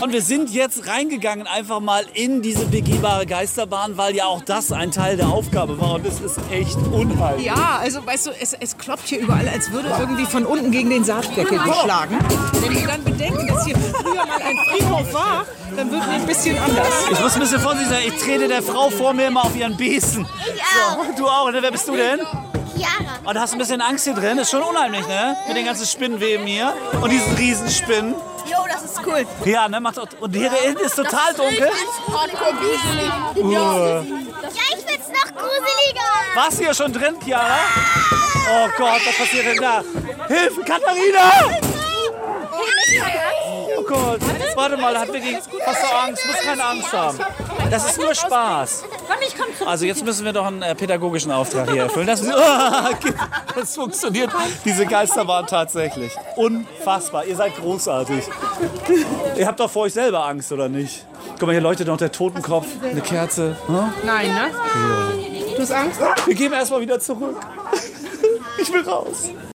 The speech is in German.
Und wir sind jetzt reingegangen einfach mal in diese begehbare Geisterbahn, weil ja auch das ein Teil der Aufgabe war. Und es ist echt unheimlich. Ja, also weißt du, es, es kloppt hier überall, als würde irgendwie von unten gegen den Sargdeckel geschlagen. Wenn wir dann bedenken, dass hier früher mal ein Friedhof war, dann wird mir ein bisschen anders. Ich muss ein bisschen vorsichtig sein. Ich trete der Frau vor mir immer auf ihren Besen. Ich auch. Du auch, ne? Wer bist du denn? Chiara. Und hast ein bisschen Angst hier drin. Ist schon unheimlich, ne? Mit den ganzen Spinnenweben hier. Und diesen Riesenspinnen. Jo, das ist cool. Ja, ne? Macht, und hier hinten ist total dunkel. Ja, ich find's noch gruseliger. Warst du hier schon drin, Chiara? Oh Gott, was passiert denn da? Hilfe, Katharina! Oh Gott, warte mal, hat wirklich. Hast du Angst? Muss keine Angst haben. Das ist nur Spaß. Komm, ich komm zurück. Also jetzt müssen wir doch einen äh, pädagogischen Auftrag hier erfüllen. Das, Oh, das funktioniert. Diese Geisterbahn tatsächlich. Unfassbar. Ihr seid großartig. Ihr habt doch vor euch selber Angst, oder nicht? Guck mal, hier leuchtet noch der Totenkopf, eine Kerze. Hm? Nein, ne? Du hast Angst? Wir gehen erstmal wieder zurück. Ich will raus.